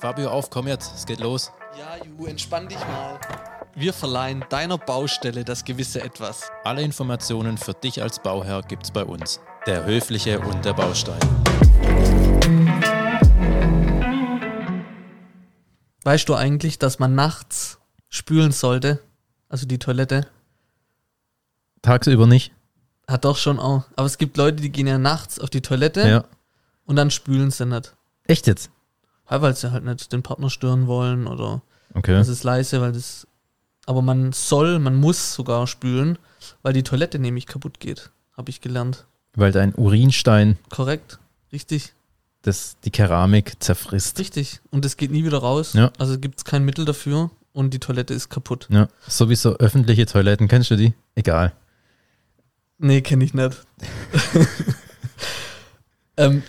Fabio, auf, komm jetzt, es geht los. Ja, Ju, entspann dich mal. Wir verleihen deiner Baustelle das gewisse Etwas. Alle Informationen für dich als Bauherr gibt's bei uns. Der Höfliche und der Baustein. Weißt du eigentlich, dass man nachts spülen sollte? Also die Toilette? Tagsüber nicht? Hat doch schon auch. Aber es gibt Leute, die gehen ja nachts auf die Toilette Ja. und dann spülen sie nicht. Echt jetzt? Ja, Weil sie halt nicht den Partner stören wollen oder Okay. es ist leise, weil das. Aber man soll, man muss sogar spülen, weil die Toilette nämlich kaputt geht. Habe ich gelernt. Weil dein Urinstein Korrekt. Richtig. das, die Keramik zerfrisst. Richtig. Und es geht nie wieder raus. Ja. Also gibt es kein Mittel dafür und die Toilette ist kaputt. Ja, sowieso öffentliche Toiletten, kennst du die? Egal. Nee, kenne ich nicht. ähm,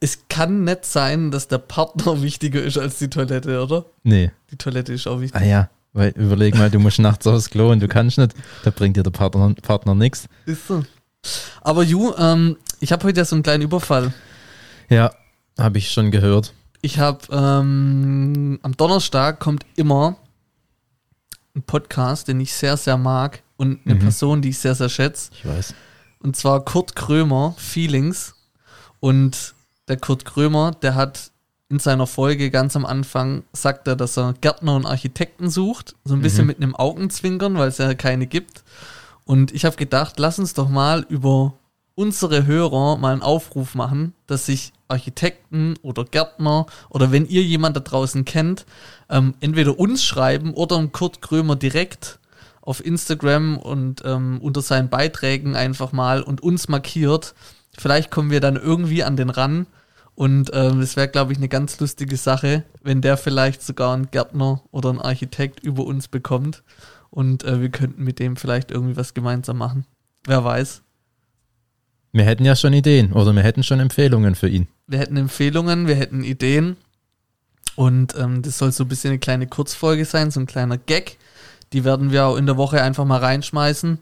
es kann nicht sein, dass der Partner wichtiger ist als die Toilette, oder? Nee. Die Toilette ist auch wichtig. Ah ja, weil überleg mal, du musst nachts aufs Klo und du kannst nicht. Da bringt dir der Partner, Partner nichts. Ist so. Aber Ju, ähm, ich habe heute ja so einen kleinen Überfall. Ja, habe ich schon gehört. Ich habe ähm, am Donnerstag kommt immer ein Podcast, den ich sehr, sehr mag und eine Mhm. Person, die ich sehr, sehr schätze. Ich weiß. Und zwar Kurt Krömer, Feelings. Und der Kurt Krömer, der hat in seiner Folge ganz am Anfang, sagt er, dass er Gärtner und Architekten sucht. So ein bisschen Mhm. mit einem Augenzwinkern, weil es ja keine gibt. Und ich habe gedacht, lass uns doch mal über unsere Hörer mal einen Aufruf machen, dass sich Architekten oder Gärtner oder wenn ihr jemand da draußen kennt, ähm, entweder uns schreiben oder dem Kurt Krömer direkt auf Instagram und ähm, unter seinen Beiträgen einfach mal und uns markiert. Vielleicht kommen wir dann irgendwie an den ran. Und ähm, das wäre, glaube ich, eine ganz lustige Sache, wenn der vielleicht sogar einen Gärtner oder einen Architekt über uns bekommt. Und äh, wir könnten mit dem vielleicht irgendwie was gemeinsam machen. Wer weiß. Wir hätten ja schon Ideen oder wir hätten schon Empfehlungen für ihn. Wir hätten Empfehlungen, wir hätten Ideen. Und ähm, das soll so ein bisschen eine kleine Kurzfolge sein, so ein kleiner Gag. Die werden wir auch in der Woche einfach mal reinschmeißen.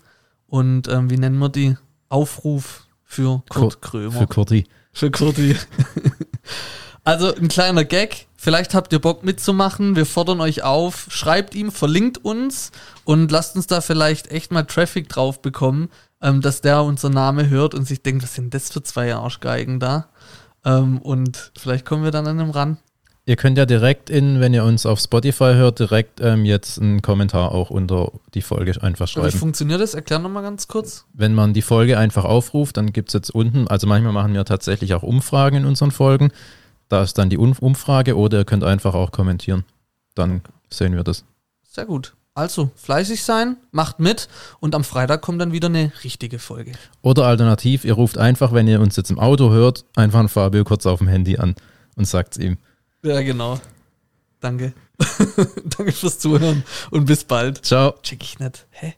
Und ähm, wie nennen wir die? Aufruf für Kurt Krömer. Für Kurti. Für Kurti. also ein kleiner Gag. Vielleicht habt ihr Bock mitzumachen. Wir fordern euch auf. Schreibt ihm, verlinkt uns und lasst uns da vielleicht echt mal Traffic drauf bekommen, ähm, dass der unser Name hört und sich denkt, was sind das für zwei Arschgeigen da? Ähm, und vielleicht kommen wir dann an dem ran. Ihr könnt ja direkt in, wenn ihr uns auf Spotify hört, direkt ähm, jetzt einen Kommentar auch unter die Folge einfach Wie schreiben. funktioniert das? Erklär nochmal ganz kurz. Wenn man die Folge einfach aufruft, dann gibt es jetzt unten, also manchmal machen wir tatsächlich auch Umfragen in unseren Folgen. Da ist dann die Um- Umfrage oder ihr könnt einfach auch kommentieren. Dann sehen wir das. Sehr gut. Also, fleißig sein, macht mit und am Freitag kommt dann wieder eine richtige Folge. Oder alternativ, ihr ruft einfach, wenn ihr uns jetzt im Auto hört, einfach einen Fabio kurz auf dem Handy an und sagt es ihm. Ja, genau. Danke. Danke fürs Zuhören und bis bald. Ciao. Check ich nicht. Hä?